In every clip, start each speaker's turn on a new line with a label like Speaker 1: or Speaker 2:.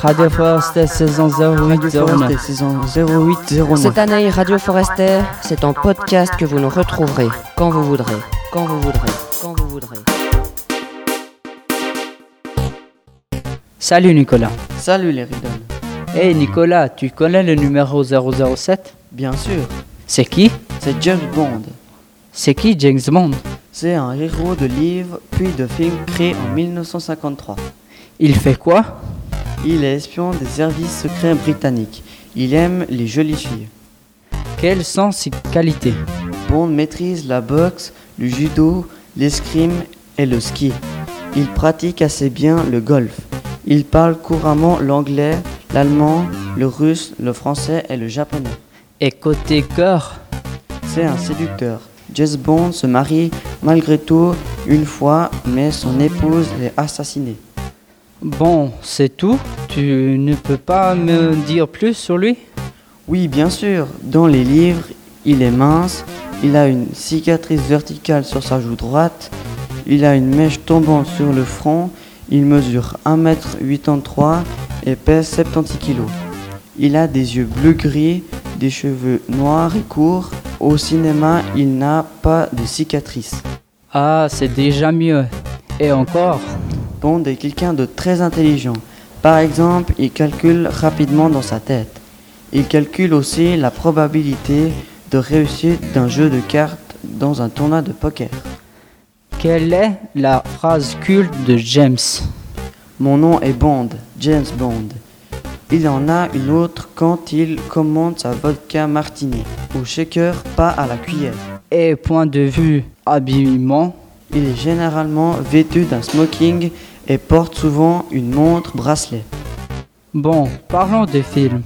Speaker 1: Radio Forest saison 0809.
Speaker 2: saison 0809.
Speaker 3: Cette année, Radio Forester, c'est en podcast que vous nous retrouverez quand vous voudrez, quand vous voudrez, quand vous voudrez.
Speaker 1: Salut Nicolas.
Speaker 2: Salut les riddles.
Speaker 1: Hey Nicolas, tu connais le numéro 007
Speaker 2: Bien sûr,
Speaker 1: C'est qui
Speaker 2: c'est James Bond.
Speaker 1: C'est qui James Bond
Speaker 2: C'est un héros de livres puis de films créé en 1953.
Speaker 1: Il fait quoi
Speaker 2: Il est espion des services secrets britanniques. Il aime les jolies filles.
Speaker 1: Quelles sont ses qualités
Speaker 2: Bond maîtrise la boxe, le judo, l'escrime et le ski. Il pratique assez bien le golf. Il parle couramment l'anglais, l'allemand, le russe, le français et le japonais.
Speaker 1: Et côté corps
Speaker 2: C'est un séducteur. James Bond se marie malgré tout une fois, mais son épouse est assassinée.
Speaker 1: Bon, c'est tout. Tu ne peux pas me dire plus sur lui
Speaker 2: Oui, bien sûr, dans les livres, il est mince, il a une cicatrice verticale sur sa joue droite, il a une mèche tombante sur le front, il mesure 1m83 et pèse 70 kg. Il a des yeux bleu-gris, des cheveux noirs et courts. Au cinéma, il n'a pas de cicatrice.
Speaker 1: Ah, c'est déjà mieux. Et encore
Speaker 2: Bond est quelqu'un de très intelligent. Par exemple, il calcule rapidement dans sa tête. Il calcule aussi la probabilité de réussite d'un jeu de cartes dans un tournoi de poker.
Speaker 1: Quelle est la phrase culte de James
Speaker 2: Mon nom est Bond, James Bond. Il en a une autre quand il commande sa vodka martini, au shaker, pas à la cuillère.
Speaker 1: Et point de vue habillement
Speaker 2: Il est généralement vêtu d'un smoking et porte souvent une montre bracelet.
Speaker 1: Bon, parlons de films.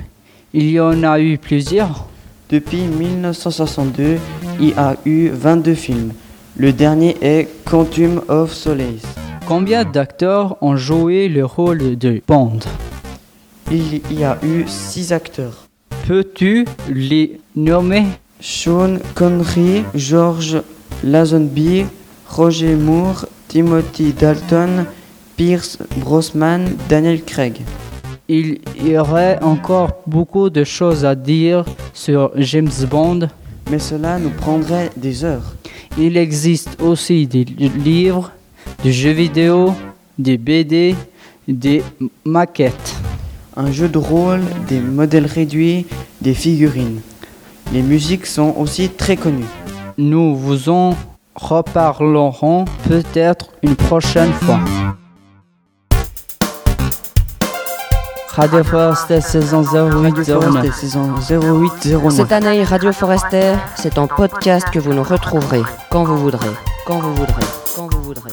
Speaker 1: Il y en a eu plusieurs.
Speaker 2: Depuis 1962, il a eu 22 films. Le dernier est Quantum of Solace.
Speaker 1: Combien d'acteurs ont joué le rôle de Bond
Speaker 2: Il y a eu 6 acteurs.
Speaker 1: Peux-tu les nommer
Speaker 2: Sean Connery, George Lazenby, Roger Moore, Timothy Dalton, Pierce Brosnan, Daniel Craig.
Speaker 1: Il y aurait encore beaucoup de choses à dire sur James Bond.
Speaker 2: Mais cela nous prendrait des heures.
Speaker 1: Il existe aussi des li- livres, des jeux vidéo, des BD, des maquettes.
Speaker 2: Un jeu de rôle, des modèles réduits, des figurines. Les musiques sont aussi très connues.
Speaker 1: Nous vous en reparlerons peut-être une prochaine fois.
Speaker 2: Radio Forest saison
Speaker 1: 0809.
Speaker 2: saison 0809.
Speaker 3: Cette année, Radio Forester, c'est en podcast que vous nous retrouverez quand vous voudrez, quand vous voudrez, quand vous voudrez.